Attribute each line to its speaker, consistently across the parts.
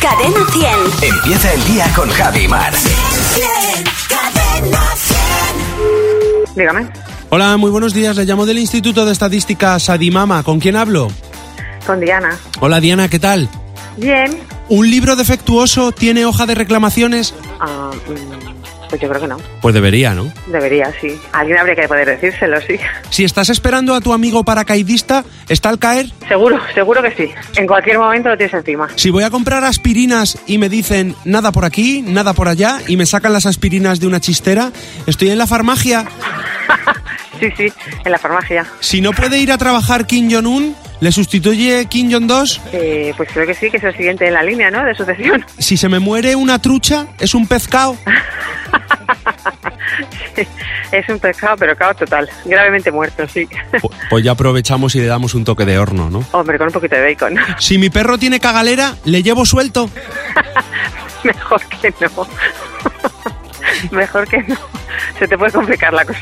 Speaker 1: Cadena 100.
Speaker 2: Empieza el día con Javi Mar.
Speaker 1: Cadena 100.
Speaker 3: Dígame,
Speaker 4: Hola, muy buenos días. Le llamo del Instituto de Estadística Sadimama. ¿Con quién hablo?
Speaker 3: con Diana.
Speaker 4: Hola, Diana, ¿qué tal?
Speaker 3: Bien.
Speaker 4: ¿Un libro defectuoso tiene hoja de reclamaciones?
Speaker 3: Ah, mm, pues yo creo que no.
Speaker 4: Pues debería, ¿no?
Speaker 3: Debería, sí. Alguien habría que poder decírselo, sí.
Speaker 4: Si estás esperando a tu amigo paracaidista, ¿está al caer?
Speaker 3: Seguro, seguro que sí. En cualquier momento lo tienes encima.
Speaker 4: Si voy a comprar aspirinas y me dicen nada por aquí, nada por allá, y me sacan las aspirinas de una chistera, estoy en la farmacia.
Speaker 3: sí, sí, en la farmacia.
Speaker 4: Si no puede ir a trabajar Kim Jong-un, ¿le sustituye Kim Jong-2?
Speaker 3: Eh, pues creo que sí, que es el siguiente en la línea, ¿no? De sucesión.
Speaker 4: Si se me muere una trucha, ¿es un pezcao?
Speaker 3: Sí, es un pescado, pero caos total. Gravemente muerto, sí.
Speaker 4: Pues ya aprovechamos y le damos un toque de horno, ¿no?
Speaker 3: Hombre, con un poquito de bacon.
Speaker 4: Si mi perro tiene cagalera, le llevo suelto.
Speaker 3: Mejor que no. Mejor que no. Se te puede complicar la cosa.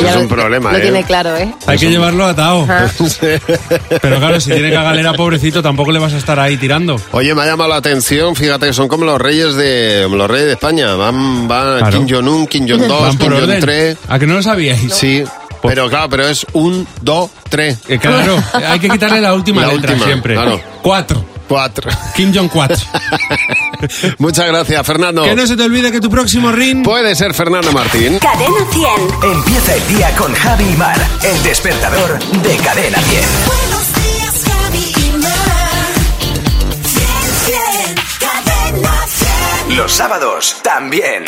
Speaker 5: Ya
Speaker 6: es
Speaker 5: lo-
Speaker 6: un problema,
Speaker 5: Lo
Speaker 6: ¿eh?
Speaker 5: tiene claro, ¿eh?
Speaker 4: Hay que llevarlo atado.
Speaker 6: Ah.
Speaker 5: Ajá.
Speaker 4: Pero claro, si tiene cagalera, pobrecito, tampoco le vas a estar ahí tirando.
Speaker 6: Oye, me ha llamado la atención, fíjate que son como los reyes de los reyes de España, van van
Speaker 4: Claro.
Speaker 6: Kim Jong Un, Kim Jong
Speaker 4: Van
Speaker 6: 2, Kim
Speaker 4: por
Speaker 6: Jong
Speaker 4: orden.
Speaker 6: 3.
Speaker 4: ¿A que no lo sabíais?
Speaker 6: Sí, pero claro, pero es un, dos, tres,
Speaker 4: Eh, claro, hay que quitarle la última
Speaker 6: La
Speaker 4: letra
Speaker 6: última,
Speaker 4: siempre.
Speaker 6: claro.
Speaker 4: Cuatro.
Speaker 6: cuatro.
Speaker 4: Kim Jong 4.
Speaker 6: Muchas gracias, Fernando.
Speaker 4: Que no se te olvide que tu próximo ring...
Speaker 6: Puede ser Fernando Martín.
Speaker 1: Cadena 100.
Speaker 2: Empieza el día con Javi Mar. El despertador de Cadena 100.
Speaker 1: Buenos días, Javi y Mar. Cadena 100.
Speaker 2: Los sábados también.